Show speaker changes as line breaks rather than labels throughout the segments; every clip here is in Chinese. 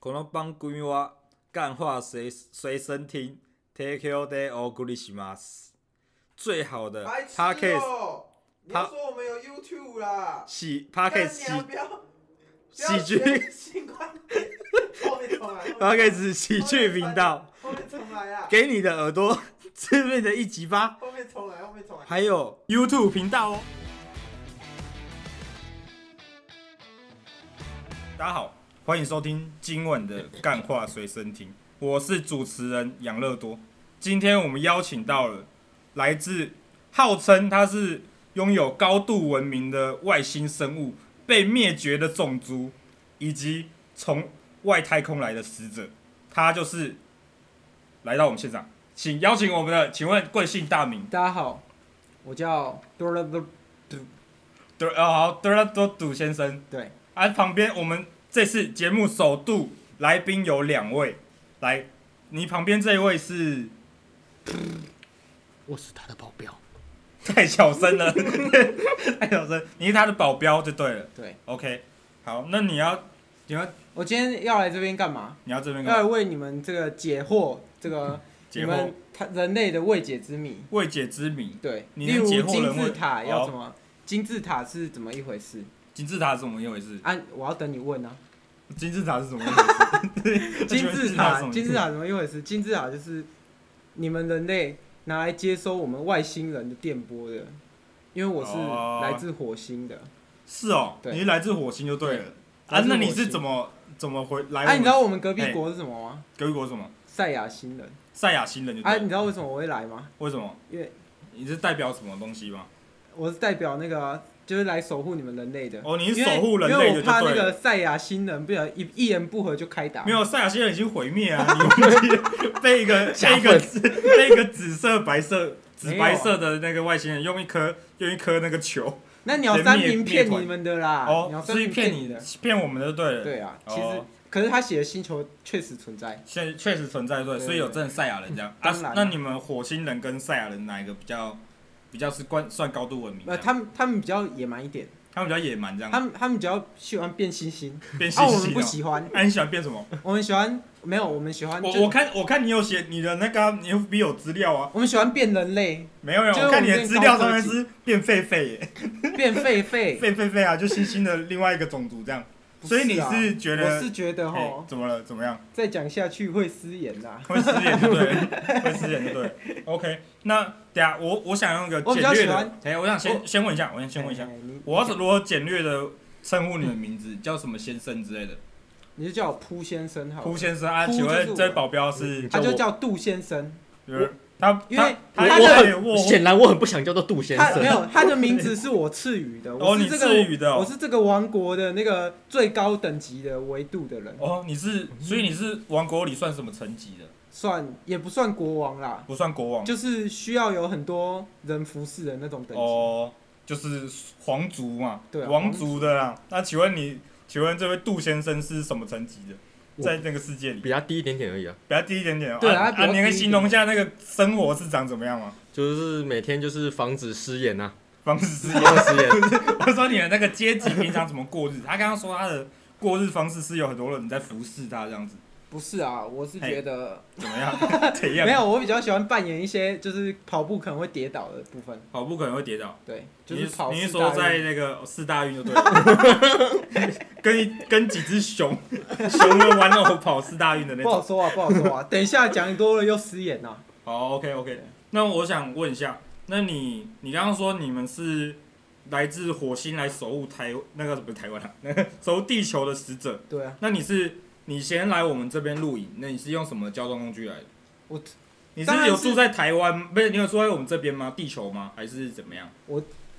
この番組は干话随随身听，Take your day or good i s h m a s 最好的
白痴
Podcast
哦！你
他
要说我们有 YouTube 啦？
喜 Podcast 喜
干你啊不要
喜剧
不要不要新观点，后面 重来。后面
Podcast 喜剧频道，，
后面重来啊！
给你的耳朵 致命的一击吧。
后面重来，后面重来。
还有 YouTube 频道哦。大家好，欢迎收听今晚的《干话随身听》，我是主持人养乐多。今天我们邀请到了来自号称他是拥有高度文明的外星生物、被灭绝的种族，以及从外太空来的使者，他就是来到我们现场，请邀请我们的，请问贵姓大名？
大家好，我叫哆啦哆，
对，哦，好，德拉多杜先生，
对，
啊，旁边我们这次节目首度来宾有两位，来，你旁边这一位是
我是他的保镖。
太小声 了，太小声，你是他的保镖就对了。
对
，OK，好，那你要，你要，
我今天要来这边干嘛？
你要这边
要来
跟我
为你们这个解惑这 个你
解惑
们他人类的未解之谜。
未解之谜，
对，
你
例
能
如
解惑
金
人
字
问
塔
哦
要怎么？金字塔是怎么一回事？
金字塔是怎么一回事？
啊，我要等你问 啊。
金字塔是怎么一回事？
金字塔，金字
塔
塔怎么一回事？金字塔就是你们人类拿来接收我们外星人的电波的，因为我是
哦
来自火星的。
是哦，
对
你是来自火星就对了。啊
来，自
那你
火
是
星
怎么怎么回来我们？
哎，你知道我们隔
哎
壁国是什么吗？
德国什么？
赛亚星人。
赛亚星人就对
哎，
了
你知道为什么我会来吗？
为什么？
因为
你是代表什么东西吗？
我是代表那个，就是来守护你们人类的。
哦，你
因
是
为
守护人
因
类
为
的
我怕
就
那
对
个
了。
赛亚星人不小心一一言不合就开打。
没，有，赛亚星人已经毁灭啊！你忘 记了被一个被一个紫被一个紫色、白色、紫白色的那个外星人用一颗用一颗那个球
那鸟三明骗你们的啦，
哦
鸟，三
所以
明
骗
啊你
你
的。
骗我们的就对了。，
对啊，其实、
哦
可是他写的星球确实存在。呃
现在确实存在对，
对对
所以有真的赛亚人这样。
当然
啊
啊
那你们火星人跟赛亚人哪一个比较比较是关算高度文明这
呃，
样？
他们他们比较野蛮一点，
他们比较野蛮这样，
他们他们比较喜欢变星星，
变星
啊，我
星
们不
哦。
喜欢，
那你喜欢变什么？
我们喜欢没有，我们喜欢就
我我看我看你有写你的那个啊你 FB 有资料啊，
我们喜欢变人类，
没有没有，
就是
我看你
我
的
们
资料
变高
上
科
面
技
是变狒狒耶，
变 狒狒。
狒狒狒啊，就猩猩的另外一个种族这样。
不
所以你
啊
是觉
我
得
是哦觉得
嘿
吼，
怎么了？怎么样？
再讲下去会失言呐、
会失联就对了，会失联就对了。OK，那等下我我想用一个
我比
简
较
略
喜
的
欢，
哎，我想先先问一下，我先先问一下
哎，，哎你
我要是如何简略的称呼你的名字，叫什么先生之类的？
你就叫我扑先生好了，
胡先生啊，
扑
请
就是
问
我
这保镖是
他就叫杜先生，
就是他
因为
他
他
我
的
很我
显然我很不想叫做杜先
他
生。
没有他的名字是我赐予的，我
你
是这
赐
个
予 的哦
我是这个王国的那个最高等级的维度的人，
哦，你是，所以你是王国里算什么层级的？
算也不算国王啦，
不算国王
就是需要有很多人服侍的那种等级。
哦，就是皇族嘛，
对啊
王族的啦。那请问你，请问这位杜先生是什么层级的？
我
在那个世界里，
比他低一点点而已啊，
比较低一点点哦。
对
啊，
他比较
啊你能
低一
形容一下那个生活是长怎么样吗？
就是每天就是防止失言啊，
方式是，
不要失言。
我说你的那个阶级平常怎么过日？他刚刚说他的过日方式是有很多人在服侍他这样子，
不是啊，我是觉得
怎么 样？怎哎样？
没有，我比较喜欢扮演一些就是跑步可能会跌倒的部分，
跑步可能会跌倒。
对，就
你
是跑
你
四
是说
大运
在那个四大运就对了，跟一跟几只熊熊的玩偶跑四大运的那
不好
种。
说啊，不好说啊， 等一下讲多了又失言啊呐、
好，OK OK。那我想问一下，那你你刚刚说你们是来自火星来守护台那个不是台湾啊，那 个守护地球的使者，
对啊，
那你是你先来我们这边露营，那你是用什么交通工具来的？
我
你
当
是
然
有
是
住在台湾，不是你有住在我们这边吗？地球吗？还是怎么样？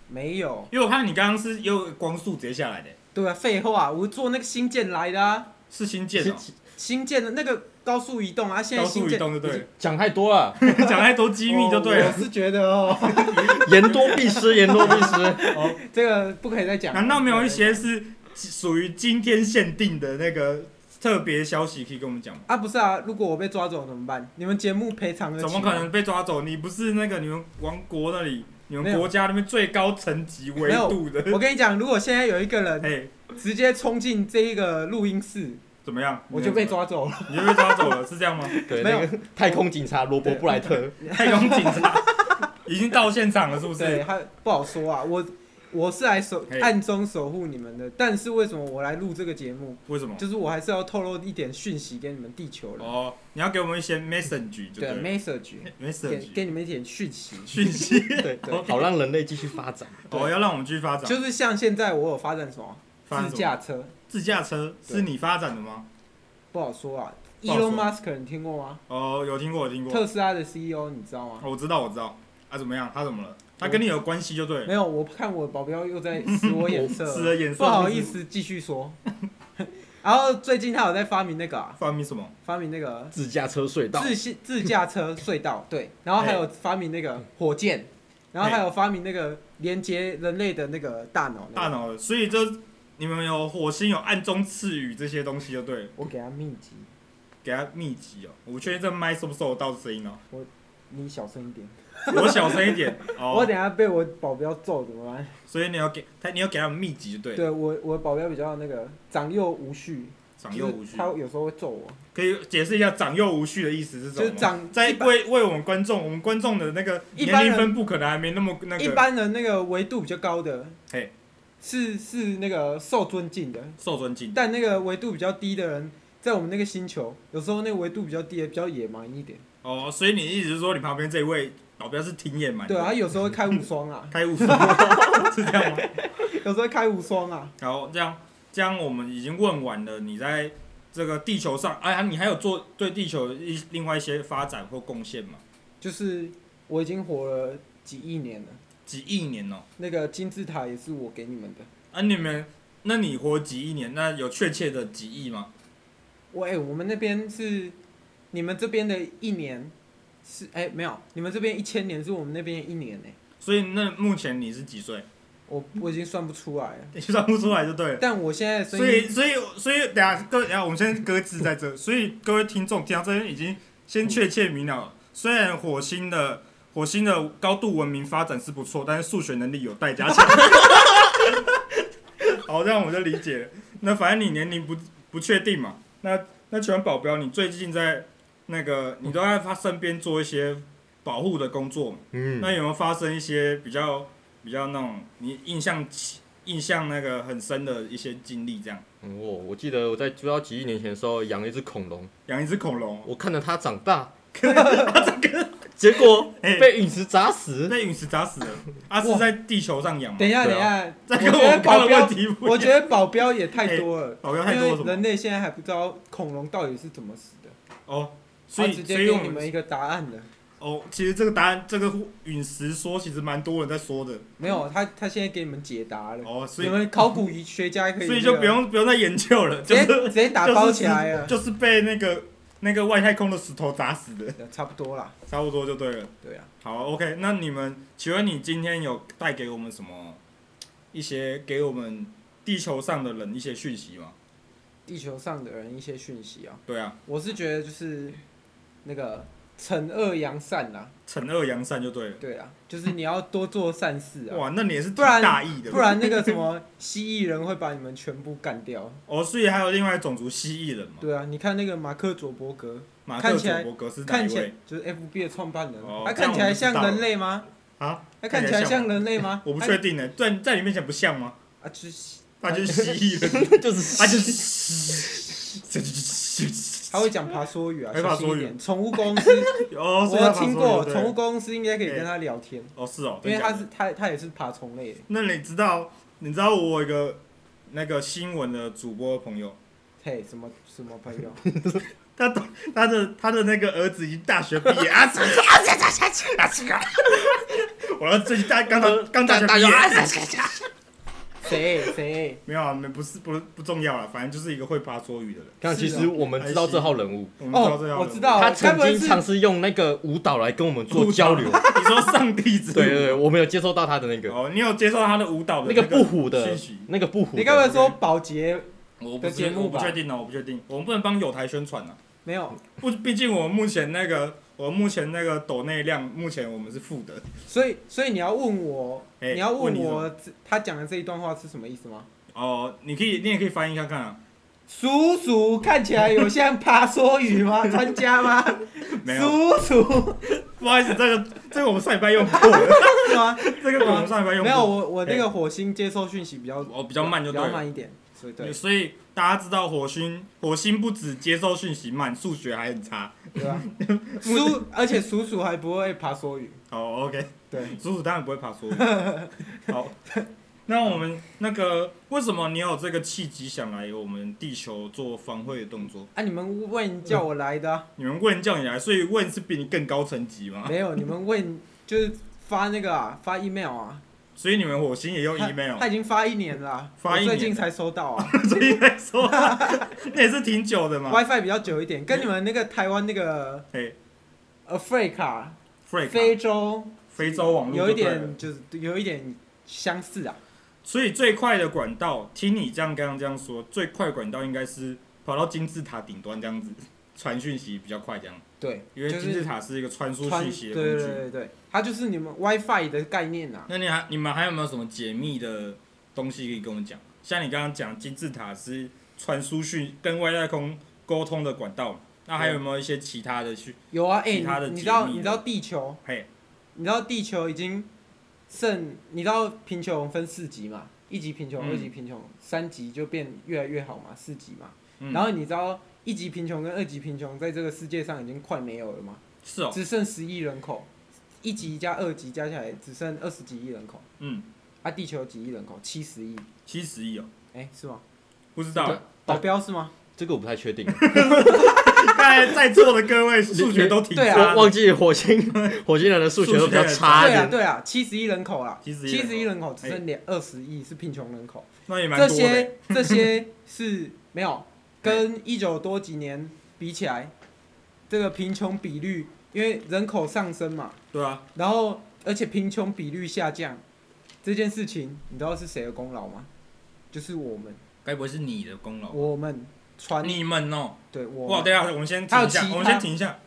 没有，
因为我看你刚刚是用光速直接下来的、
对啊，废话，我做那个新建来的啊，
是新建哦、
新建的那个高速移动啊，现在
高速
新
移
建
动就对了。
讲太多了，
讲太多机密就对
哦
了。
我是觉得哦，
言多必失，言多必失。
哦，
这个不可以再讲了。
难道没有一些是属于今天限定的那个特别消息可以跟我们讲吗？
啊？不是啊，如果我被抓走怎么办？你们节目赔偿得
怎
起吗
么可？能被抓走？你不是那个你们王国那里，你
没
们
有
国家那边最高层级维度的？
我跟你讲，如果现在有一个人
嘿，
直接冲进这一个录音室，
怎么样？
我就被，抓走了。
你就被抓走了，是这 样吗？
对，
没有
那个太空警察罗伯布莱特，
太空警察已经到现场了，是不
对，
是？
还不好说啊。我我是来守
嘿
暗中守护你们的，但是为什么我来录这个节目？
为什么？
就是我还是要透露一点讯息给你们地球人，
哦，你要给我们一些 message 就
对
了
message，给
message
给你们一点讯息。
讯息，
对对，
好让人类继续发展。
哦，要让我们继续发展，
就是像现在我有发展什么
发展什
自
么
驾车，
自驾车
对
是你发展的吗？
不好说啊。
不好说
Elon Musk 你听过吗？
哦，有听过，有听过，
特斯拉的 CEO 你知道吗？
哦我知道，我知道。啊，怎么样？他怎么了？
嗯
他跟你有关系就对了，
没有，我看我保镖 又在使我眼
使
色，
得眼色
不好
不是
意，思继续说。 然后最近他有在发明那个、啊，
发明什么？
发明那个
自驾车隧道，
自系自 驾车隧道，对，然后还有发明那个火箭，然后还有发明那个连接人类的那个大脑、那
大
个，
脑的，所以这你们有火星有暗中赐予这些东西就对了，
我给他秘籍，
给他秘籍哦。我不确定这麦收不收得到声音哦，
你小声一点，
我小声一 点
我
哦。
等下被我保镖揍怎么办？
所以你要给他，你要给他们秘籍就对了，
对我我保镖比较那个长幼无序，
长幼无
就是
序
他。有时候会揍我，
可以解释一下长幼无序的意思是什
就
么
是
吗？
长
在
一般
为为我们观众，我们观众的那个
一
年
般
龄
人
分布可能还没那么那
一
个
般人那个维度比较高的
嘿，
是是那个受尊敬的，
受尊敬。
但那个维度比较低的人，在我们那个星球，有时候那个维度比较低的比较野蛮一点，
哦，所以你意思是说你旁边这一位保镖是挺野蛮的？，
对啊，他有时候会开无双啊
开无双 是这样吗？
有时候会开无双啊，
好，这样这样我们已经问完了，你在这个地球上，哎、呀，你还有做对地球一另外一些发展或贡献吗？
就是我已经活了几亿年了，
几亿年哦、
那个金字塔也是我给你们的。
啊，你们，那你活几亿年？那有确切的几亿吗？
我哎、我们那边是你们这边的一年是哎、没有，你们这边一千年是我们那边一年哎、
所以那目前你是几岁？
我我已经算不出来了。
你算不出来就对了。
但我现在的声
所以，
音，
所以，所以，等下各位，等下我们先搁置在这。所以各位听众听到这边已经先确切明了，虽然火星的火星的高度文明发展是不错，但是数学能力有待加强。 好，这样我就理解了。那反正你年龄不不确定嘛，那那请问保镖，你最近在那个你都在他身边做一些保护的工作嘛？
嗯，
那有没有发生一些比较比较那种你印象起印象那个很深的一些经历？这样
嗯我我记得我在不知道几亿年前的时候养了一只恐龙，
养一只恐龙，
我看着它长大，结果
哎
被陨石砸死。
被陨石砸 死了。啊，是
哇
在地球上养吗
等？一下，
对
等一
啊
这
下，我
跟
觉
我
得
们刚
保
刚的问
镖，
题不一
我
样。
觉得保镖也太多了，
保镖太
因
多
为
什么？
人类现在还不知道恐龙到底是怎么死的，
哦，所以
他啊直接
所以我
给你们
们
一个答案了。
哦，其实这个答案这个陨石说其实蛮多人在说的
没有，他他现在给你们解答了，
哦，所
你
以
们考古学家可以那个，
所以就不用不用再研究了，
直
就
接
是
直接打包起来了，
就是被那个那个外太空的石头砸死的，
差不多啦。
差不多就对了。
对啊，
好，OK，那你们，请问你今天有带给我们什么一些给我们地球上的人一些讯息吗？
地球上的人一些讯息啊，
对啊，
我是觉得就是那个惩恶扬善啦，
惩恶扬善就对了。
对啊，就是你要多做善事啊，
哇，那你也是挺
不然
大意的，
不然那个什么蜥蜴人会把你们全部干掉。
哦，所以还有另外一种族蜥蜴人嘛？
对啊，你看那个马克·佐伯格，
马克·
看起来
佐伯格是哪
看
一
起来
位
就是 FB 的创办人
哦，
他看起来像人类吗？
啊？
他看起来像人类吗？
我不
他
确定呢，在在你面前不像吗？
啊，就是
他就是蜥蜴人，
就是
他就是。
他会讲爬梭语 啊，
会爬
小心
梭
一
语
点。宠物 公司，
哦，
我有听过，宠
从
物公司应该可以
哎
跟他聊天，
哦是哦，
因为
真假
他
的
是他他也是爬虫类的，
那你知道你知道我有一个那个新闻的主播朋友，
嘿，什么什么朋 友，
他的他的他的那个儿子已经大学毕 业啊！什么啊！这这这这啊！这个，我儿子最近大刚刚刚大学毕业，
啊
谁谁
没有啊，没不是不不重要了，反正就是一个会爬梭语的人。
看，其实我们知道这号人物，
我们知道这样的
哦，我
人
知道，
他
该
曾
不会
经
是
尝试用那个舞蹈来跟我们做交流。
你说上帝之舞
对对对，我们有接收到他的那个
哦，你有接受他的舞蹈的
那个不虎
讯
的
息？
那个不虎的，
你该不会说保洁
我
的
不
节
是
目
我不
吧
确定哦，我不确定，我们不能帮友台宣传啊。
没有？
不，毕竟我目前那个我目前那个抖内量，目前我们是负的。
所以所以你要问我，
哎
你要
问
问
你什么
我这他讲的这一段话是什么意思吗？
哦，你可以，你也可以翻译看看啊。
鼠鼠看起来有像爬梭语吗？ 专家吗？
没有，
鼠鼠
不好意思，这个这个我们上礼拜用过了，
是吗？
这个我们上礼拜用过。哦
没有，我我那个火星接收讯息比较
我比较慢就
比
对
较
了。
慢一点，所以对
所以大家知道火星，火星不止接受讯息慢，数学还很差。
对 吧？鼠而且鼠鼠还不会爬梭语，
哦、o k
对，
叔叔当然不会爬 梭。好，那我们那个为什么你有这个契机想来我们地球做防卫的动作？
啊，你们问叫我来 的啊、
你们问叫你来，所以问是比你更高层级吗？
没有，你们问就是发那个啊，发 email 啊，
所以你们火星也用
他
哦 email，
他已经发一年了啊、
发一年
我最近才收到啊
所以来说 那也是挺久 的嘛。
，WiFi 比较久一点，跟你们那个台湾那个
嘿
Africa
，Frank，
非洲
非洲啊网络
有
就
一
对了
点就是有一点相似啊，
所以最快的管道，听你这样刚刚这样说，最快管道应该是跑到金字塔顶端这样子传讯息比较快，这样，
对，
因为
就
金字
是
塔是一个传输
穿
讯息
对
的工
对
具。
对对对，它就是你们 WiFi 的概念啊，
那你还你们还有没有什么解密的东西可以跟我讲？像你刚刚讲金字塔是传输讯跟外太空沟通的管道嘛，那还有没有一些其他的去？
有啊，哎、
其他的
你你
解
知道
密
你知
的
道地球，
嘿，
你知道地球已经剩，你知道贫穷分四级嘛？一级贫
嗯
穷，二级贫穷，三级就变越来越好嘛，四级嘛。
嗯
然后你知道一级贫穷跟二级贫穷在这个世界上已经快没有了嘛？
是哦，
只剩十亿人口，一级加二级加起来只剩二十几亿人口，
嗯，
啊，地球几亿人口？七十亿，
七十亿哦，
哎、是吗？
不知道。
保镖是吗？
这个我不太确定，
看来在座的各位数学都挺
对
差
啊
的
我忘记 火星火星人的数学都比较差一
对啊，
点。
对啊，七十亿人口啦，
71
七十亿
人
人
口
口只剩两二十亿是贫穷人口。
那也蛮
这
多的 欸。
些这些是没有跟一九多几年比起来，这个贫穷比率因为人口上升嘛，
对啊，
然后而且贫穷比率下降这件事情，你知道是谁的功劳吗？就是我们，
该不会是你的功劳？
我啊们传
你们哦，
对我
哇，
们
等一下，我们先停
还有
一下，
其
我们
他
先停一下。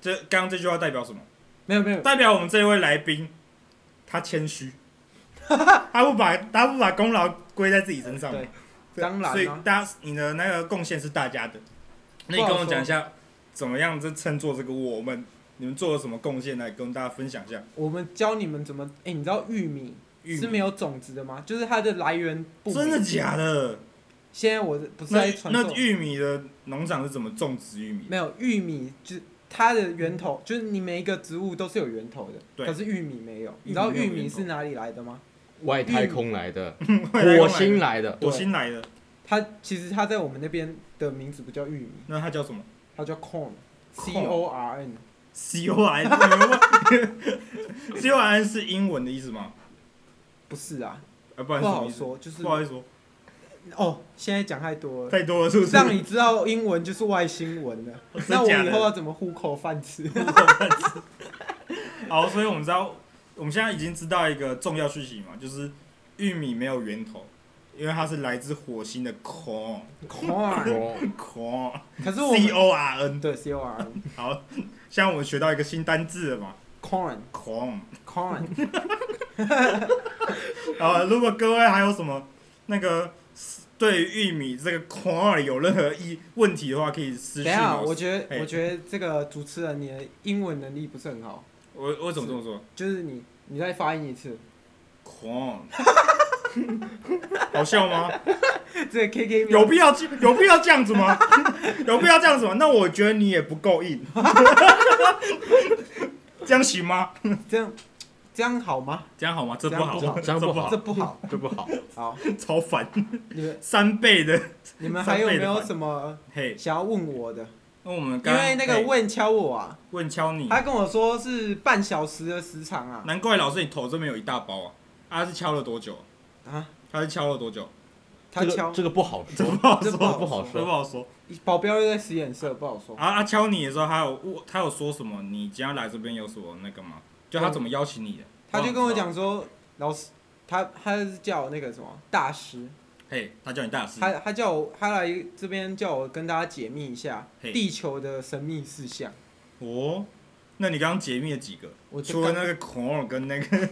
这刚刚这句话代表什么？
没有没有，
代表我们这位来宾，他谦 虚，他不把他不把功劳归在自己身上嘛
对当然啊
所以大家你的那个贡献是大家的。那你跟
不好
我
说
讲一下，怎么样这称作这个我们你们做了什么贡献来跟大家分享一下？
我们教你们怎么哎、你知道玉米
玉
是
米
没有种子的吗？就是它的来源不明
真的假的？
现在我不是
那
在传授
那玉米的农场是怎么种植玉 米？
没有玉米，就是它的源头，就是你每一个植物都是有源头的，
对
可是玉米没有。你知
玉
道
米没有
玉
源
米
头
是哪里来的吗？
外太空来 的，
外
火
太空
星
来的，
来的，
火星来的，
它其实它在我们那边的名字不叫玉米，
那它叫什么
它叫 corn，C
corn
O R N，
？C O R N，C O R N 是英文的意思吗？
不是啊，
啊，不然
不
是什么
好
意思？
说，就是
不好意思说，
哦，现在讲太多了。
太多了是不是？
让你知道英文就是外星文了，
真
那我
假的
以后要怎么糊口饭 吃？
好，所以我们知道，我们现在已经知道一个重要讯息嘛，就是玉米没有源头，因为它是来自火星的 corn
corn，
哦
corn
可是我
c
们
o r n。
对 C O R N
好，现在我们学到一个新单字了嘛
corn
，corn。
corn，
啊，如果各位还有什么那个对于玉米这个 corn 有任何疑问题的话，可以私
等一
信
下，
我
我。觉得
哎
我觉得这个主持人你的英文能力不是很好。
我我怎么这么说
就是你，你再发音一次。
？corn。好笑吗？
这个 KK
有必要这有必要这样子吗？ 有必要这样子吗？那我觉得你也不够硬， 这样行吗？
这样，这样好吗？
这样好吗？这不好，
这样不好
这样不好
这不好。
这不好。
好，
超烦，
你们
三倍的。
你们还有没有什么
嘿，
想要问我的？
那我们
因
刚
为那个
嘿
问敲我啊，
问敲你，
他跟我说是半小时的时长啊
难怪老师你头这边有一大包啊。啊，他是敲了多久？
啊，
他是敲了多久？
他
这
敲
个这个不好
这
说
不，好
这不
说，
好
不好
这不
说。
好说。
保镖又在实验室，不好说。
啊，他敲你的时候，他有我他有说什么？你今天来这边有什么那个吗？就他怎么邀请你的？
他就跟我
哦，
讲说，老师，他他是叫我那个什么大师，
嘿，他叫你大师，
他他叫我他来这边叫我跟大家解密一下
嘿
地球的神秘事项。
哦，那你刚刚解密了几个？
我就
除了
刚
那个 corn 跟那个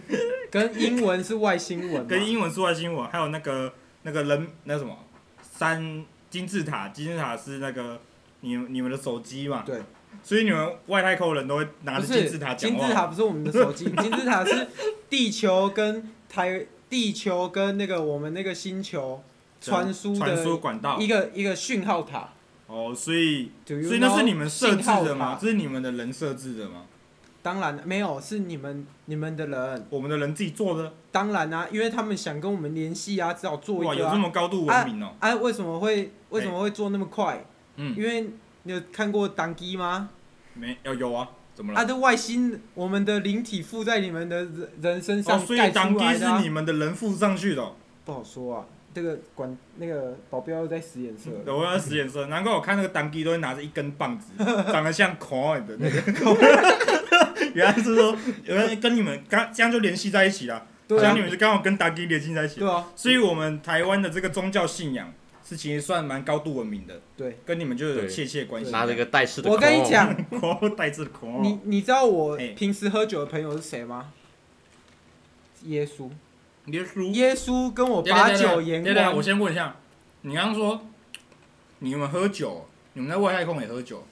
跟英 文是外星文嘛，
跟英文之外新闻，还有那个那个人那什么三金字塔，金字塔是那个你你们的手机嘛？
对。
所以你们外太空人都会拿
不
着
是
金字塔讲
金
话。
字塔不是我们的手机，金字塔是地球跟台地球跟那个我们那个星球传输
传输
的
管道
一个一个讯号塔。
哦，所以
Do you
所以那
know
是你们设置的
信号
吗？
塔
这是你们的人设置的吗？
当然没有，是你们你们的人。
我们的人自己做的？
当然啊，因为他们想跟我们联系啊，只好做
哇，
一
有
个
这
啊。
么高度文明哦。
啊，为什么会为什么会做那么快？
嗯，
因为你有看过《当机》吗？
没要有啊？怎么
啊，
了？
这外星我们的灵体附在你们的人人身
哦，
上
所以
盖
当
出
机
来
是
的、啊。
你们的人附上去的哦。
不好说啊，这个管那个保镖又在使眼色了。
对我要使眼色，难怪我看那个当机都会拿着一根棒子，长得像 coin 的那个。原来是说，原来跟你们刚这样就联系在一起了，这
对
样
啊
你，们就刚好跟当机联系在一起。
对啊，
所以我们台湾的这个宗教信仰是其实算蛮高度文明的，
对。
跟你们就有
对
切切关系。
拿着一个带式的。
我跟你，
哦
讲，
coin 带着 coin，
你你知道我
哎
平时喝酒的朋友是谁吗？耶稣，
你的书
耶稣跟我
对对对
把
对
酒言
对对，
欢
我。先问一下，你刚刚说你们喝酒，你们在外太空也喝酒，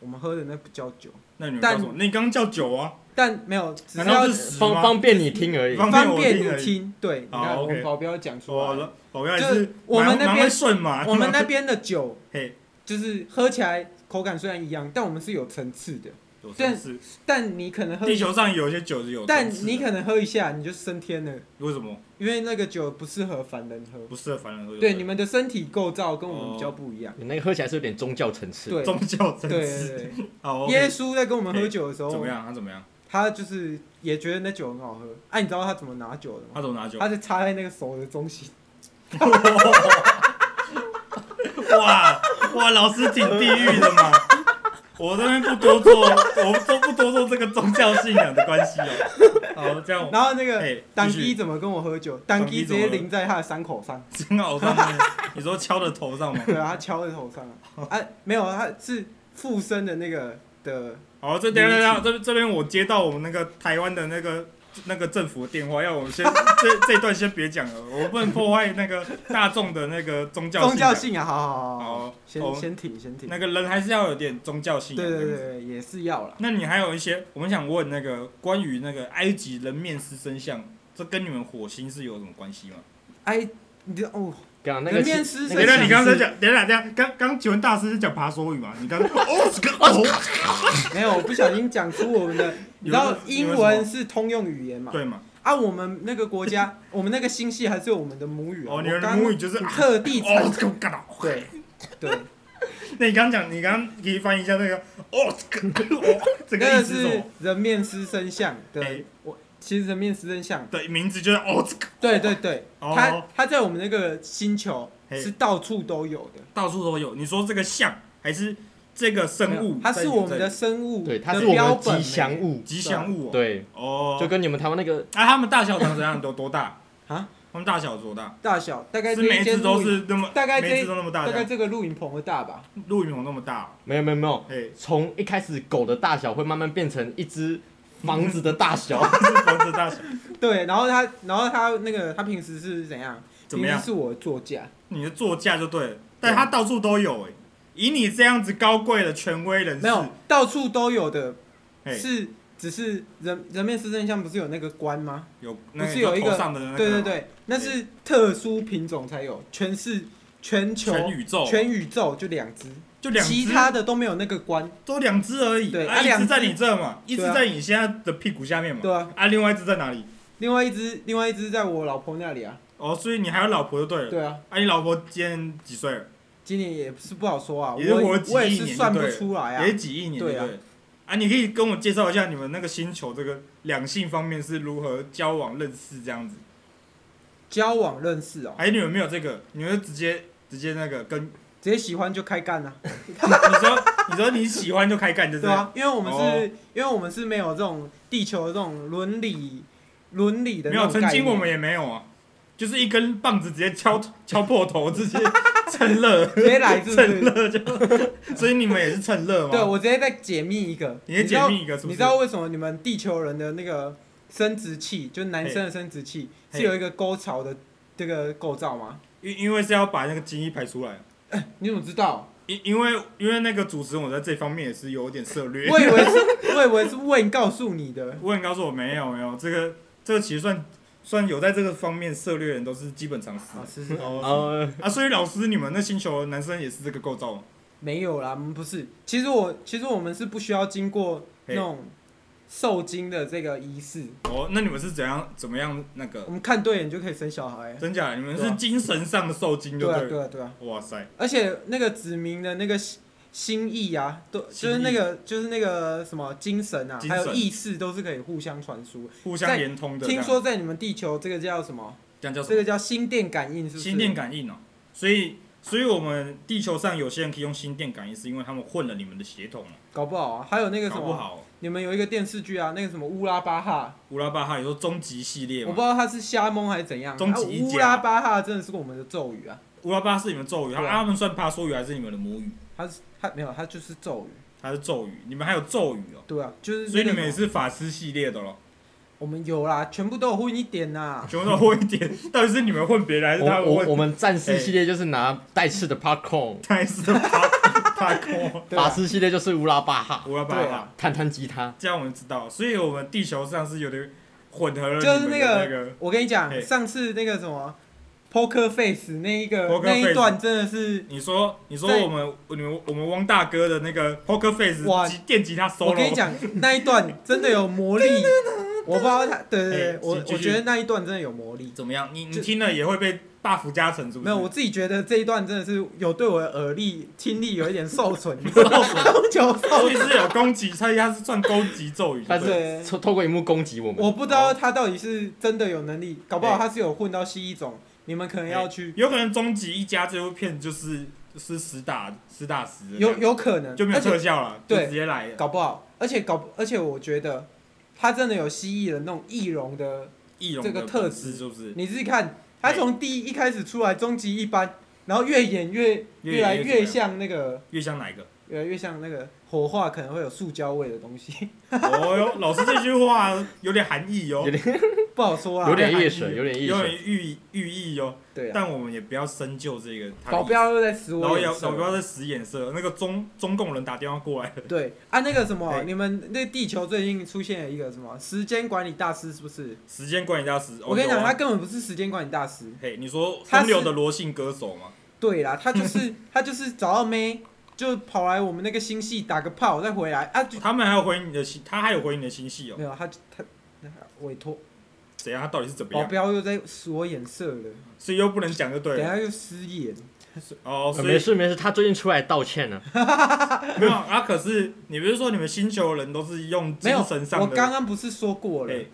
我们喝的那不叫酒，
那你们叫
但
什么？那你刚刚叫酒啊？
但没有，只
难
是
道
要
是屎
方
吗？
方便你听而已。
方
方
便我
便
听而
你
已
听。对，你看
好
我们
，OK 哦
保镖讲出
我
来，
了，我原来
就是我们
蛮
那边
蛮会顺 嘛，
我们那边的酒
嘿，
就是喝起来口感虽然一样，但我们是有层次的。
有
但
层次。
但你可能喝
地，球上有一些酒是有
但
层次的，
你可能喝一下你就升天了，
为什么
因为那个酒不适合凡人喝。
不适合凡人喝酒？
对，你们的身体构造跟我们比较不一样。
你那个喝起来是有点宗教层次。
对，
宗教层
对
次。
对
好
对，
，OK，
耶稣在跟我们喝酒的时
怎
候
么，样？他怎么样？
他就是也觉得那酒很好喝。哎、你知道他怎么拿酒的吗？
他怎么拿酒？
他是插在那个手的中心，
哇哇，老师挺地狱的 嘛。我这边不多做，我们都不多做这个宗教信仰的关系哦。好，这样我
然后那个
嘿，
当
继
机
续哦
怎么跟我喝酒？
当
当
机
机
怎
直
么
接淋在他的伤口上，
真好上面，你说敲的头上吗？
对啊，他敲在头上
哦
啊。啊，没有，他是附身的那个的，
好，这等一下等一下，这这边我接到我们那个台湾的那个那个政府的电话，要我先 这这一段先别讲了，我不能破坏那个大众的哦那个宗教
宗
信
教
仰。
性啊，好好好好
好，我
先
们
先停先停。
那个人还是要有点宗教信
对
仰。
对对。对，也是要啦。
那你还有一些，我们想问那个关于那个埃及人面狮身像，这跟你们火星是有什么关系吗？
哎，你这哦，
刚啊刚那
人
个
面狮
那
等一
身
个
下，
像
你刚刚
是
在讲，等一下，等一下，刚刚请问大师是讲爬梭语吗？你刚刚 哦，这个哦，
没有，我不小心讲出我们的，你知道
你们
英
你们什
文
么
是通用语言嘛？
对嘛？
啊，我们那个国家， 我们那个星系还是有我们的母语啊。
哦，你
我
的
刚
母语就是啊
特地产
哦，这个干了。
对对，
那你刚刚讲，你刚刚可以翻译一下那个哦，这 个哦， 这
那
个意
个
思是什
是
么？
人面狮身像
哎
对，我其实人面狮身像，
对，名字就是哦，这个
对对对，
哦
它它在我们那个星球
哎
是到处都有的。
到处都有。你说这个像还是这个
没
生
有
物？
它是我们的生物
对，
的
它是我
标
们
本
吉
欸
祥物。
吉祥物哦。
对，
哦，
就跟你们台湾那个
啊，他们大小长怎样？都多大？
啊？
他们大小多大？
大小，大概
是
这
每一
一
只
间
都
录影
是那么，
大概
每一
这
只都那么大
大
这
概
样，
这个录影棚的大吧？
陆羽红那么大哦。
没有没有没有，
哎，
从一开始狗的大小会慢慢变成一只房子的大 小。
是房子大小。
对，然后他，然后他那个，他平时是怎样？
怎么样
平时是我的座驾，
你的座驾就对了，但他到处都有哎、以你这样子高贵的权威人士，哎
没有到处都有的，
嘿
是只是人人面狮身像不是有那个冠吗？
有
不
那
是有一个
头上的那个
对对对，那是特殊品种才有，全是全球
全宇宙
全宇宙就两只，
就两只，
其他的都没有那个冠，
都两只而已，
对
啊
啊
一只
两
在
只
你这嘛，一只
对啊
在你现在的屁股下面嘛，
对啊，
啊，另外一只在哪里？
另外一只另外一只在我老婆那里啊，
哦，所以你还有老婆就对了，
对啊，
啊，你老婆今年几岁了？
今年也是不好说啊，我
也是活
也
几
我也
亿
是
年
算
就
不
对了
出来
也是
啊，
几亿年对
对啊
了。啊，你可以跟我介绍一下你们那个星球这个两性方面是如何交往认识这样子？
交往认识哦，
还是你们没有这个，你们就直接直接那个跟
直接喜欢就开干啊。
你说你说你喜欢就开干，对不
对
对？
啊，因为我们是，
哦
因为我们是没有这种地球的这种伦理伦理的
没
那
有，
种
曾
概
经
念。
我们也没有啊，就是一根棒子直接敲 敲破头，直接趁热
直接来是不
趁
是？
热就， 所以你们也是趁热吗？
对，我直接再解密一个。
啊你也
知
解
道
密一个是不是？
你知道为什么你们地球人的那个生殖器，就是男生的生殖器
嘿
是有一个沟槽的这个构造吗？
因因为是要把那个精液排出来，
你怎么 知道？
因因为因为那个主持人我在这方面也是有点涉略。
我以为是，我以为是问告诉你的。
我很告诉我没有没有，这个这个其实算算有在这个方面涉猎的人都是基本常识
啊，是是，
呃，
啊。所以老师，你们那星球的男生也是这个构造吗？
没有啦，我们不是。其实我，其实我们是不需要经过那种受精的这个仪式，
哦，那你们是怎样怎么样那个
我？们看对眼就可以生小孩。
真假的？你们
对
是
啊
精神上的受精就
对啊，
了。
对啊，对啊。
哇塞，
而且那个子民的那个心心意啊，都
心
就
意
是那个就是那个什么精神啊，
精
还
神
有意识都是可以互相传输。
互相
在
连通的这
听
样。
说在你们地球这个叫什么？
这样叫什
这
么？
个叫心电感应，是不是？
心电感应哦。所以，所以我们地球上有些人可以用心电感应，是因为他们混了你们的血统了，
搞不好啊，还有那个什
搞不
么，
好。
你们有一个电视剧啊，那个什么乌拉巴哈，
乌拉巴哈有时候终极系列
我不
嘛
知，道他是瞎蒙还是怎样。
终
啊
极一
乌
家
拉巴哈真的是我们的咒语啊，
乌拉巴哈是你们咒语，
对啊
阿们算帕梭语还是你们的母语？
他是他没有，他就是咒语。
它是咒语，你们还有咒语哦。
对啊，就是
所以你们也
每次
是法师系列的咯，
我们有啦，全部都有混一点呐、
全部都混一点。到底是你们混别人，还是
呃
他
我
们
我我
混？
们战士系列就是拿带刺的 popcorn，
还是帕帕空？
对啊
法师系列就是乌拉巴哈，
乌拉巴
对
哈
啊，
弹弹吉他。
这样我们知道。所以我们地球上是有点混合了你
就
们的
是那
那
个
个
我跟你讲，
嘿
上次那个什么 Poker Face 那一个
Poker
那一
Face
段真的是，
你说，你说
在
我们你们我们汪大哥的那个 Poker Face
哇
吉电吉他 solo，
我跟你，讲那一段 真的有魔力，我不知道他，对对对
嘿，
我
继续
我觉得那一段真的有魔力。
怎么样？你你
就
听了也会被 buff 加成，是不是？
没有，我自己觉得这一段真的是有对我的耳力、听力有一点受损，
受损 哦
当久
所
受
以是有攻击，所以它是算攻击咒语。
他
对不对
对
是透透过荧幕攻击我们。
我不知道他到底是真的有能力，搞不好
嘿
他是有混到蜥蜴种，你们可能要去，
有可能终极一家这部片就是就是实打实打实的这样，
有有可能，
就没有
而且
特效了，就
对
直接来了。
搞不好，而且搞不，而且我觉得他真的有蜥蜴的那种易容的，
易容
这
的
个特
本事
质
是不是？
你自己看，他从第一一开始出来终极一班，然后越演越
越演
越来
越
越
怎
像那个，
越像哪一个？
越来越像那个火化可能会有塑胶味的东西，
哦哟， 老师这句话有点含义哦
有，点
不好说
有
啊。
点
含义
意思有点意思
有点寓寓意哦。
对啊，
但我们也不要深究这个它的意思，
保镖又在使
然后
我
也
眼
要
色
老不要再使眼色，那个中中共人打电话过来了，
对啊，那个什么，
哎
你们那地球最近出现了一个什么时间管理大师，是不是？
时间管理大师。
我跟你讲，
哦有
他
啊
根本不是时间管理大师。
嘿，你说
他
风
是
流的罗姓歌手吗？
对啦，他就是他就是找到妹，就跑来我们那个星系打个炮，再回来啊，就
他们还有回你的心，他还有回你的心系哦。
没有他他那委托
怎样？他到底是怎么
保
样？
镖又在使我眼色了，
所以又不能讲就对
哦等
了。
下又失言。
哦，所以
啊呃没事没事，他最近出来道歉了。
没有啊。可是你不是说你们星球人都是用
没
精
有，
神上的？
我刚刚不是说过了
嘿，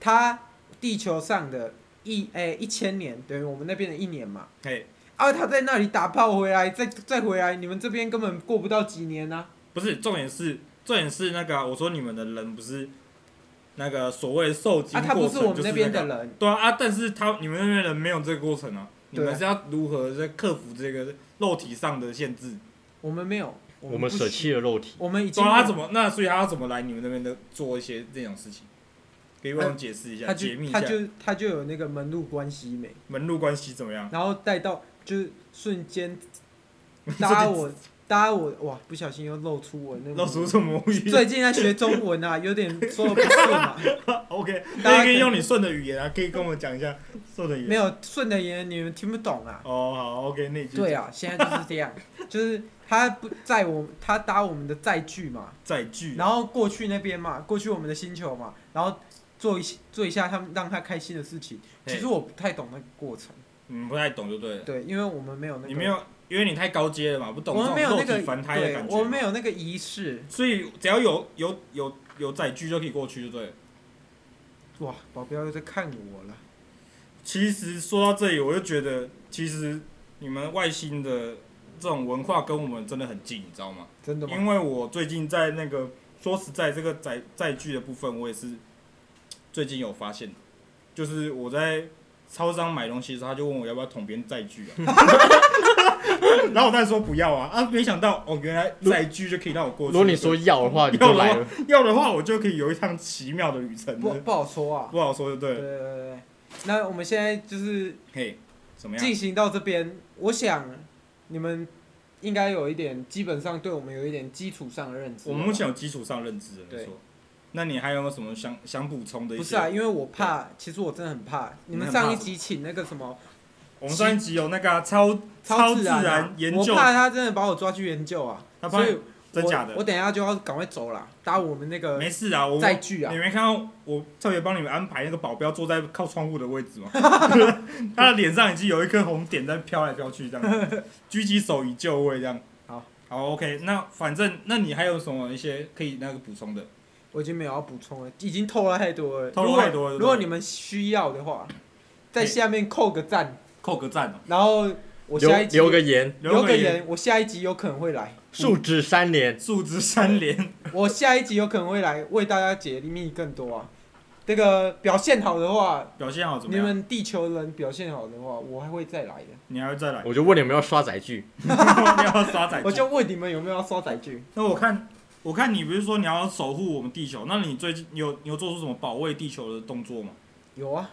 他地球上的一哎一千年等于我们那边的一年嘛，
嘿，
啊他在那里打炮回来，再再回来，你们这边根本过不到几年啊。
不是重点是重点是那个啊、我说你们的人不是那个所谓受精
啊，
过
他
程，
不是我们
就是
那
那
边的
个啊。
人，
对啊啊，但是他你们那边人没有这个过程啊。你
对
们
啊
是要如何在克服这个肉体上的限制？
我们没有，
我
们
们
不
舍
行，
弃了肉体，
我们已经
对啊，他怎么那所以他要怎么来你们那边的做一些这种事情？可以为我们解释一下，
他
解密
就
一
他
下
就他就有那个门路关系美，
门路关系怎么样？
然后带到就是瞬间搭我搭我哇，不小心又露出我那 个
露出什么母语？
最近在学中文啊，有点说的不顺啊，
OK，那
大家
你可
可
以
以
用你顺的语言啊，可以跟我们讲一下顺的语言。
没有顺的言你们听不懂啊。
哦，好，OK，那你就
对啊，现在就是这样，就是他不在我他搭我们的载具嘛，
载具。
然后过去那边嘛，过去我们的星球嘛，然后做一些做一下他们让他开心的事情。
嘿
其实我不太懂那个过程，
你嗯不太懂就对了，
对，因为我们没有那个，
你没，有，因为你太高阶了嘛，不懂
我们没
这
有
种
那
肉
个
体凡胎的
对
感，觉。
我们没，有那个仪式。
所以只要有有有有载具就可以过去，就对了。
哇，保镖又在看我了。
其实说到这里，我就觉得其实你们外星的这种文化跟我们真的很近，你知道吗？
真的吗？
因为我最近在那个说实在这个载载具的部分，我也是最近有发现的，就是我在超商买东西的时候，他就问我要不要统编载 具啊，然后我当然说不要啊，啊没想到哦原来载具就可以让我过
如
去。
果你说要的话，你就来了。
要的话，我就可以有一趟奇妙的旅程
不
了，
不好说啊。
不好说就对
对
了。
对对对。那我们现在就是
嘿，怎么样？
进行到这边，我想你们应该有一点，基本上对我们有一点基础上的认知。
我们目前有基础上认知的，
对
没错。那你还有没有什么想想补充的一些？
不是啊，因为我怕，其实我真的很怕。你们上一集请那个什么
我们上一集有那个啊、超
超
自
然,、啊
然研究
我，怕他真的把我抓去研究啊，
他怕
所以我
真假的
我等一下就要赶快走了，搭我们那个
没事啊，我
载具啊
你。没看到我特别帮你们安排那个保镖坐在靠窗户的位 置吗？他的脸上已经有一颗红点在飘来飘去，这样子狙击手以就位这样。
好，
好，OK，那反正那你还有什么一些可以那个补充的？
我已经没有要补充了，已经透了太多了。
透露太多了对不对
如果如果你们需要的话，在下面扣个赞，
扣个赞哦，
然后我
留
下一集
留个言，
留
个
个，言，我下一集有可能会来，
树枝三连，
树枝三连，
我下一集有可能会来为大家解密更多啊。这个表现好的话，
表现好怎么
你
样？
们地球人表现好的话，我还会再来的。
你还会再来？
我就问你们要刷载具，
你要刷仔？
我就问你们有没有要刷载具？
那我看，我看你不是说你要守护我们地球？那你最近你有你有做出什么保卫地球的动作吗？
有啊，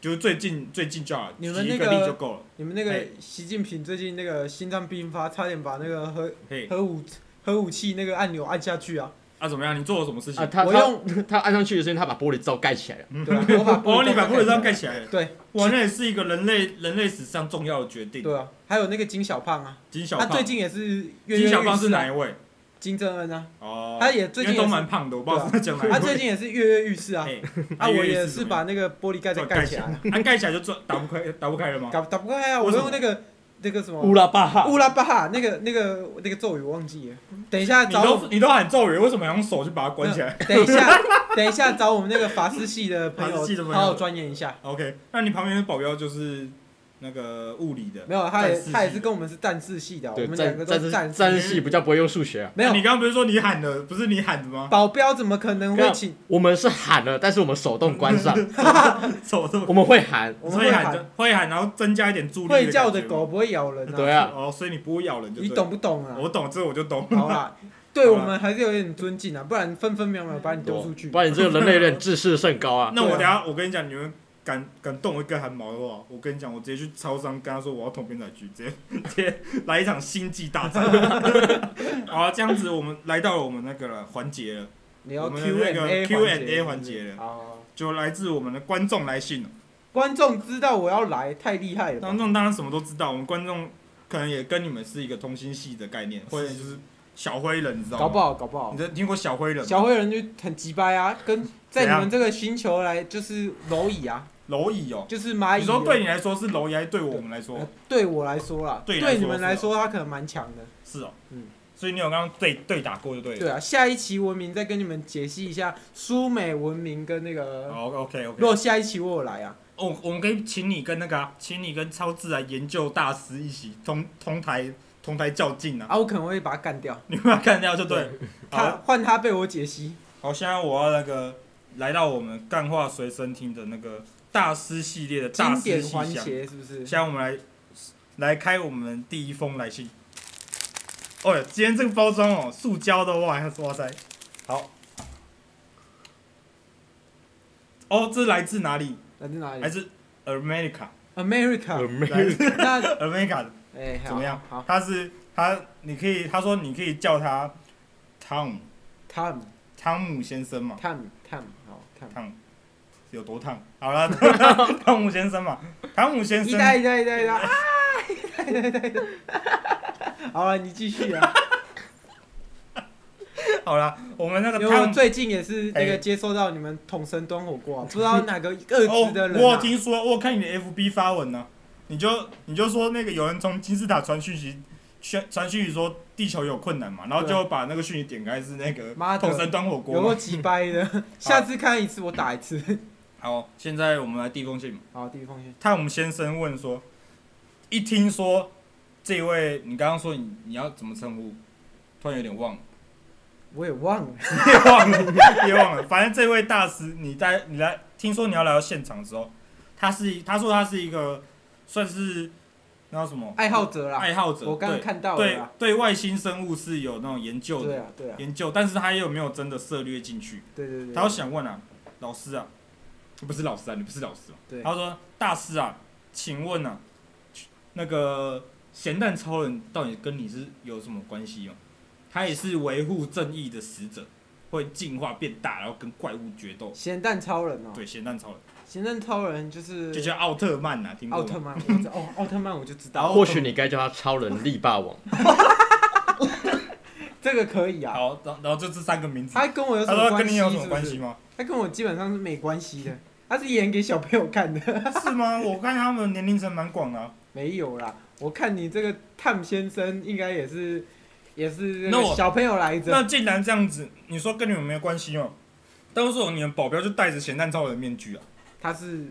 就是最近最近就好了，
你们
举一
那个
例就够了。
你们那个
嘿
习近平最近那个心脏病发，差点把那个核
嘿，
核武核武器那个按钮按下去啊。
啊怎么样？你做了什么事情
啊，？他
我
他 他按上去的时候，他把玻璃罩盖起来了，
对啊，我把
哦，你把
布
骷
鲁
髅
罩
罩
盖
盖
起
起来了。
对
哇，那也是一个人类人类史上重要的决
来。
定。
对啊，还有那个金小胖啊，
哎金小
他
胖，
最近也是跃跃
金
欲
小胖
试
是哪一
啊，
位？
金正恩啊，
哦，
他也最近
因为
也
都
是啊
蛮胖的，我不知道是在讲哪一位。
他最近也是跃跃欲试啊。
嘿，
啊，我也是
怎么
把
样
那个玻璃盖再盖
盖
起来啊，
啊盖起来就做打不开，打不开了吗？
打打不开啊！
为
我
什么
用那个那个什么
乌拉巴哈，
乌拉巴哈那个那个那个咒语我忘记了，等一下
你
找我
都你都喊咒语，为什么要用手去把它关起来
等一下，等一下找我们那个法师系的朋
法师系的
友
朋友
好好钻研一下。
？OK，那你旁边的保镖就是那个物理的。
没有，他也
战士系的
他也是跟我们是战士系的，我
对，
们两个都
战战
是
士
战
战
士。
士系比较不会用数学啊，
没有
啊你刚刚不是说你喊的，不是你喊的 吗？
保镖怎么可能会请？
我们是喊了，但是我们手动 关上，
手这么，
我们会喊，
我 们
所以
会
喊
喊
的会喊，然后增加一点助力。
会叫的狗。不会咬人啊。
对啊，
哦，所以你不会咬人就对
你
了
懂不懂啊？
我懂，这我就懂。
好啊啦，对我们还是有点尊敬啊，不然分分秒秒把你丢出去
不。然你这个人类有点自视甚高 啊，
那我
对啊
等下，我跟你讲，你们敢敢动我一根汗毛的话，我跟你讲，我直接去超商跟他说我要捅编仔局， 直接直接来一场星际大 战。好啊，这样子我们来到了我们那个了环节了，
你要
我们的那个
Q&A
Q&A 环
环
节了
啊，
就来自我们的观众来信了。
观众知道我要来，太厉害了吧
观。众当然什么都知道，我们观众可能也跟你们是一个同心系的概念，或者就是小灰人，你知道吗？
搞不好，搞不好
你，这听过小灰人吗？
小灰人就很鸡掰啊，跟在
怎
你
样
们这个星球来就是蝼蚁啊，
蝼蚁哦，
就是蚂蚁。啊
你说对你来说是蝼蚁，还是对我们来说
呃对我来说啦，
对你来
对
说
你们来说，他可能蛮强的。
是哦？
嗯，
所以你有刚刚对对打过就对了。
对啊，下一期文明再跟你们解析一下苏美文明跟那个。
好，OK 哦 OK。
如果下一期我有来啊，
我我们可以请你跟那个、啊，请你跟超自然研究大师一起同同台同台较劲啊！
啊，我可能会把他干掉，
你把它干掉就对了。
他
好，
换他被我解析。
好，现在我要那个来到我们干话随身听的那个大师系列的大
经
师
典
信
环
箱。
节是不是
现？在我们来来开我们第一封来信。哦，今天这个包装哦，塑胶的哇，哇塞，好。哦，这来自哪里？
来自哪
来
里
自 America，America
？America。
Amazing
那
America 的。
哎，好
嗯怎么样？
好
他是他，你可以他说你可以叫他汤姆
，Tom，Tom，Tom，
汤姆先生嘛，
好，Tom。
汤姆有多烫？好 了，汤姆先生嘛，汤姆先
一
生，
代一代一代一 代啊！一代一代一代。好了，你继续啊。
好了，我们那个
因为我
汤姆
最近也是那
哎
个接收到你们统神端火 锅啊、不知道哪个二
哦
职的，人、
我有
啊
听说，我看你的 FB 发文呢、你就你就说那个有人从金字塔传讯息。宣传讯息说地球有困难嘛，然后就把那个讯息点开是那个
妈的
桶神端火锅
有够
嘛。
鸡掰的， 下次看一次我打一次。
好，现在我们来第一封信嘛。
好，第一封信，
汤姆先生问说：“一听说这位，你刚刚说你你要怎么称呼？突然有点 忘了，
我也忘了。
你也忘了，也忘了。反正这位大师，你在你来听说你要来到现场的时候，他是他说他是一个算是那叫什么
爱好者啦，
爱好者，
我刚刚看到了
对对
啦。
对外星生物是有那种研究
对
的
啊，对啊，
研究，但是他又没有真的涉略进去。
对对对
他
对
就。想问啊，老师啊，不是哦老师啊，你不是老师、啊。
对
他说大师啊，请问啊，那个咸蛋超人到底跟你是有什么关系吗？他也是维护正义的使者，会进化变大，然后跟怪物决斗。
咸蛋超人哦，
对，咸蛋超人
咸蛋超人就是
就叫奥特曼呐、啊，听过
奥
吗
特曼，我知哦，奥特曼我就知 道，
或许你该叫他超人力霸王。
这个可以啊。
好，然后然后就这三个名字，
他跟我有什
他
么
说
关
跟
系？
你有什么关
是
系
不是
吗？
他跟我基本上是没关系的，他是演给小朋友看的。
是吗？我看他们年龄层蛮广的啊、
没有啦，我看你这个探先生应该也是，也是
那我
小朋友来
那
着。
既然这样子，你说跟你们没有关系哦，到时候你们保镖就戴着咸蛋超人的面具啊，
他是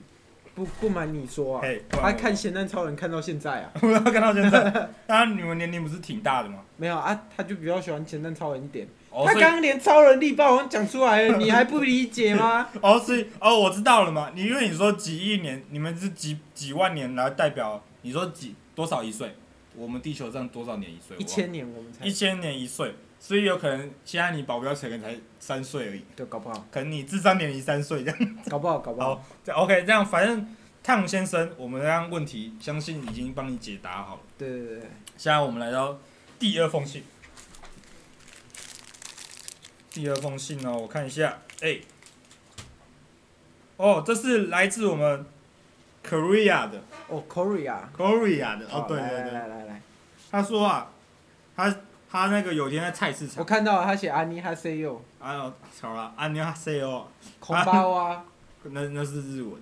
不不瞒你说啊，
嘿，不然
他
我
看咸蛋超人看到现在啊，
我要看到现在，那你们年龄不是挺大的吗？
没有啊，他就比较喜欢咸蛋超人一点。
哦，
他
所以
刚刚连超人力霸王讲出来了，你还不理解吗？
哦，所以哦，我知道了嘛。你因为你说几亿年，你们是几几万年来代表，你说几多少一岁？我们地球上多少年一岁？
一千年我们
我
才
忘了一千年一岁，所以有可能现在你保镖可能才三岁而已，
对，搞不好，
可能你智商年龄三岁这样。
搞不好，搞不好。
好，这 OK，这样反正汤先生，我们这样问题相信已经帮你解答好了。
对对对对，
现在我们来到第二封信。第二封信呢、我看一下，哎、哦，这是来自我们 Korea 的
哦，Korea，
Korea 的哦
好，
对
来
对
来
对，
来来来，
他说啊，他他那个有一天在菜市
我
场，
看到了他写阿尼哈塞哟，
哎呦，好了，安尼哈塞哦，
孔巴哇。
那那是 日文，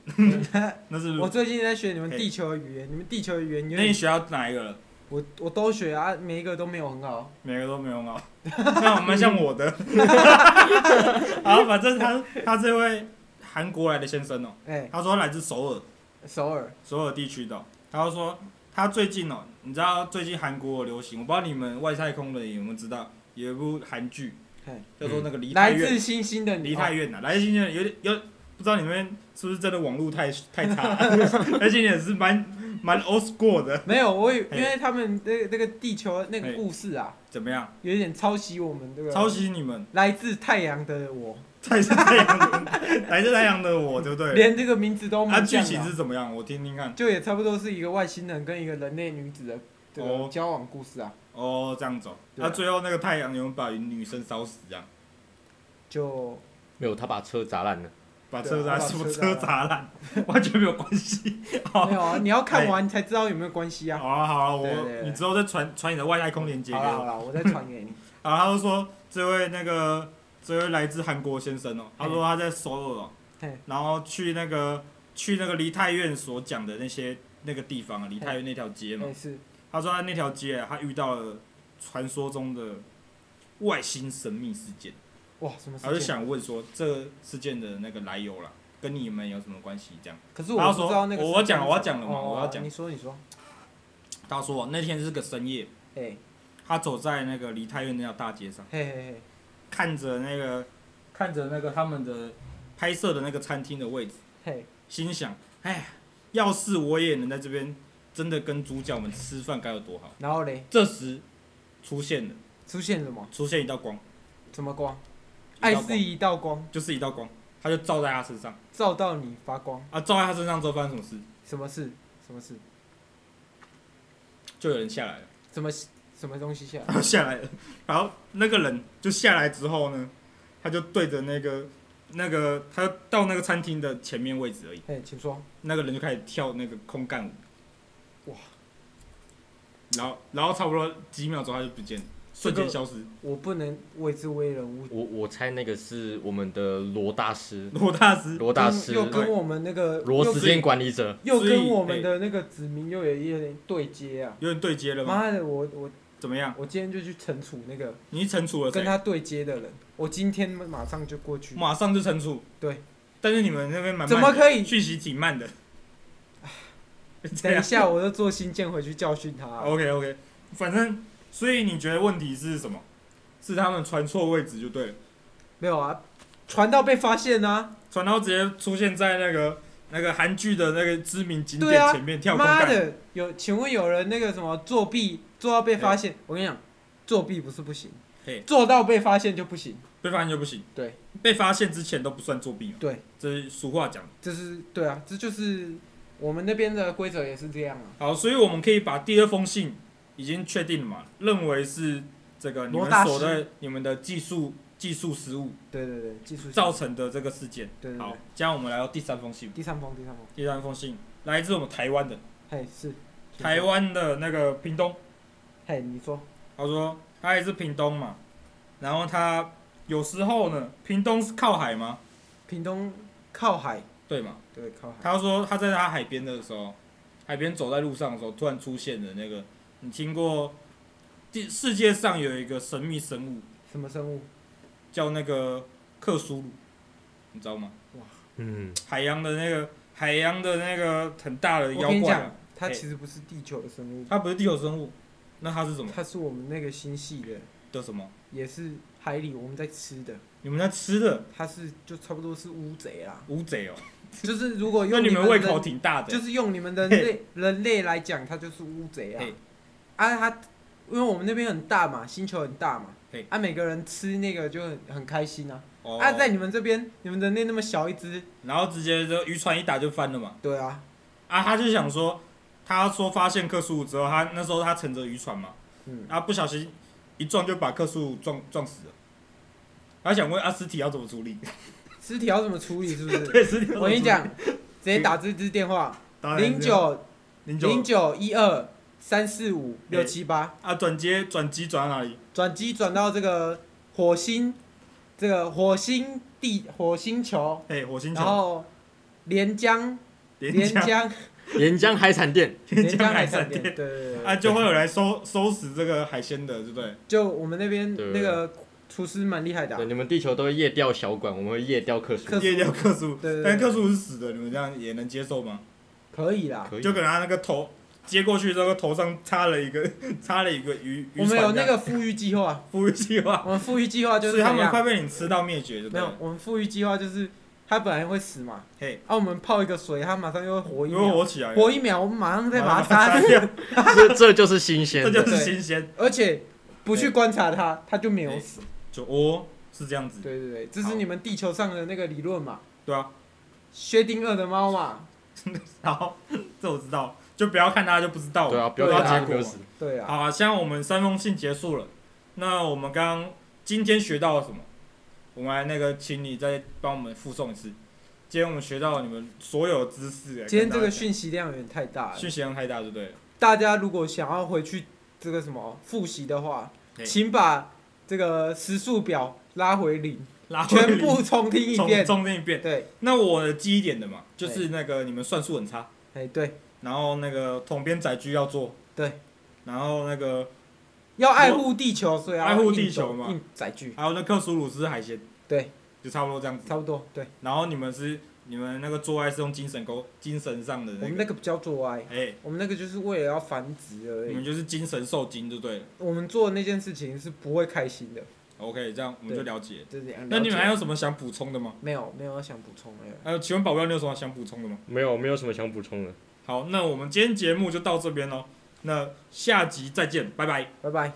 那是日
我
文。
最近在学你们
嘿
地球的语言，你们地球的语言有
嗯那你
点，
学到哪一个了？
我我都学啊，每一个都没有很好。
每个都没有好。那我们像我 的，好，反正他他这位韩国来的先生哦、
哎，
他说来自首尔，
首尔，
首尔地区的哦、他就说他最近哦、你知道最近韩国有流行，我不知道你们外太空的人有没有知道，有一部韩剧
嘿
叫做那个《离太
来
远》，
自星星的
离
你，
太
哦
远呐、啊来自星星的有点有不知道你们是不是真的网络太太差、 而且也是蛮蛮 old school 的，
哦没有，我以
嘿
因为他们那那个地球那个
嘿
故事啊，
怎么样？
有点抄袭我们这个。
哎抄。袭你们
来自太阳的我，
才是太阳的， 来自太阳的我，对不对？
连这个名字都没
啊，
有
剧
讲
情
啊。
是怎么样？我听听看。
就也差不多是一个外星人跟一个人类女子的这个
哦
交往故事啊，
哦，这样走。
对
那、
啊
最后那个太阳有没有把女生烧死？这样
就
没有，他把车砸烂了。
把
对啊
车砸，
把
什么
车
车砸烂，完全没有关系。好
没，有啊，你要看完才知道有没有关系啊。
哦哎好啊，好啊，我
对对对
你之后再传传你的外太空链接给
好了啊好
我。
了，我再 传给你。
然后他就说，这位那个这位来自韩国先生哦、他说他在首尔哦、
嘿
然后去那个去那个梨泰院所讲的那些那个地方啊，梨泰院那条街嘛
没。事，
他说他那条街啊，他遇到了传说中的外星神秘事件。
哇，什么
他就
事情？
想问说这个事件的那个来由啦，跟你们有什么关系？这样，
可是我
他
不
说
知道那个是
我
什么。
我讲我要讲了嘛
哦
我要讲
你说你说，
他说那天是个深夜，
哎，
他走在那个梨泰院那条大街上，
嘿嘿嘿，
看着那个看着那个他们的拍摄的那个餐厅的位置，
嘿，
心想，哎，要是我也能在这边真的跟主角们吃饭该有多好。
然后嘞，
这时出现了，
出现什么？
出现一道光，
什么光？
一
爱
道光
是一道光，
就是一道光，他就照在他身上
照到你发光。
啊，照在他身上之后发生什么事？
什么事？什么事？
就有人下来了。
什么什么东西下来？
然后下来了，然后那个人就下来之后呢，他就对着那个那个他就到那个餐厅的前面位置而已，
嘿，请说。
那个人就开始跳那个空干舞，
哇！
然后然后差不多几秒钟他就不见了，瞬间消失。
我不能为之为人物。
我我猜那个是我们的罗大师，
罗大师
罗大师，
嗯又跟我们那个
罗
又
时
斯
间管理者。
又
所以
跟我们的那个子民又有一点对接啊。
有点对接了吗？
妈的，我我
怎么样？
我今天就去惩处那个
你一惩处了
跟
谁？
他对接的人，我今天马上就过去。
马上就惩处。
对，
但是你们那边蛮慢的
怎么可以
讯息挺慢的。
等一下，我就做新建回去教训他啊。
OK OK，反正所以你觉得问题是什么？是他们传错位置就对了，
没有啊，传到被发现啊！
传到直接出现在那个那个韩剧的那个知名景
对
点
啊
前面跳空
妈
干，
的，有请问有人那个什么作弊做到被发现？我跟你讲，作弊不是不行
嘿，
做到被发现就不行。
被发现就不行。
对，
被发现之前都不算作弊嘛。
对，
这是俗话讲的。
这是对啊，这就是我们那边的规则也是这样啊。
好，所以我们可以把第二封信已经确定了嘛，认为是这个你
罗
们
大师
所的你们的技术技术失误
对对对，技术性
造成的这个事件。
对对
好
对，，
这样我们来到第三封信，
第三封第三封，
第三封信来自我们台湾的
嘿是
台，湾的那个屏东，
嘿你说，
他说他也是屏东嘛，然后他有时候呢，屏东是靠海吗？
屏东靠海，
对嘛？
对靠海，
他说他在他海边的时候，海边走在路上的时候，突然出现了那个，你听过，地世界上有一个神秘生物
什么生物？
叫那个克苏鲁，你知道吗？
嗯，
海洋的那个海洋的那个很大的
我
妖
跟你
怪
讲
啊，，
它
嘿
其实不是地球的生物，
它不是地球生物，那它是什么
它是我们那个星系的，
的什么？
也是海里我们在吃的，
你们在吃的
它是就差不多是乌贼 啦，
乌贼哦，
就是如果
那
用
你们胃
人
口挺大的，
就是用你们人类人类来讲，它就是乌贼啊
嘿。
啊，它因为我们那边很大嘛，星球很大嘛
嘿，
啊，每个人吃那个就很很开心啊。
哦
啊，在你们这边，你们人类那么小一只，
然后直接就渔船一打就翻了嘛。
对啊，
啊，他就想说，他说发现克苏鲁之后，他那时候他乘着渔船嘛，
嗯，
啊，不小心一撞就把克苏鲁撞撞死了。他想问啊，尸体要怎么处理？
尸体要怎么处理？是不是？
对，尸体要怎么处理
我跟你，讲，直接打这支电话
当然
零九
哎零九
零九一二三四五六七八，
啊，转接转机转到哪里？
转机转到这个火星，这个火星地火星球，
哎，火星
然
球，
后连江
连江
江
岩浆海产店，
连
连
江
江
海
海
产
产店，对
店
对对
啊，
对，
就会有来收收拾这个海鲜的，对不对？
就我们那边
对
那个厨师蛮厉害的啊
对，，你们地球都会夜钓小馆，我们会夜钓克苏
克苏
戒掉克苏鲁
对对对
但克苏鲁是死的，你们这样也能接受吗？
可以啦。
可以
就给他那个头接过去之后，头上插了一个 插了一个鱼
我
渔船这
们
样，
有那个富裕计划，
富裕计划，
我们富裕计划就是
所以他
这
们
样
快被你吃到灭绝，对不对？
没有，我们富裕计划就是它本来会死嘛，
嘿，
啊，我们泡一个水，它马上又会活一
因为
秒，
火起来，
活一秒，我们 马上再把它
马
杀
上
死，
掉，
这这就是新鲜
这
的
就，是新鲜，
而且不去观察它，它就没有死。
就哦，是这样子，
对对对，这是你们地球上的那个理论嘛，
对啊。
薛定谔的猫嘛，
然后这我知道，就不要看他就不知道，
对啊，不要
知道结
对
看它有没
果
有
嘛。
死，
对啊，
好啊，现在我们三封信结束了，那我们刚刚今天学到了什么？我们来那个，请你再帮我们附送一次。今天我们学到了你们所有知识、哎
今
跟
天这
大
个
家讲
讯息量有点太大了，
讯息量太大，对不对了？
大家如果想要回去这个什么复习的话，
对
请把这个时速表拉回零，
拉回
全部重听一
重
遍。
重听一遍。
对，
那我的记忆点的嘛，就是那个你们算术很差，
哎对，
然后那个统编载具要做，
对，
然后那个
要爱护地球，所以要
爱护地球嘛
硬走硬载具，
还有那克苏鲁是海鲜，
对，
就差不多这样子。
差不多。对，
然后你们是你们那个做爱是用精神沟精神上的
我
那
们
个，
那个不叫做爱，
哎，
我们那个就是为了要繁殖而
你们
已。
就是精神受精就对了。
我们做的那件事情是不会开心的，
OK，这样我们就了解。
就这样。
那你们还
了
有什么想补充的吗
解？没有没有想补充没有？
呃，请问保镖你有什么想补充的吗？
没有没有什么想补充的。
好，那我们今天节目就到这边喽，那下集再见，拜拜。
拜拜。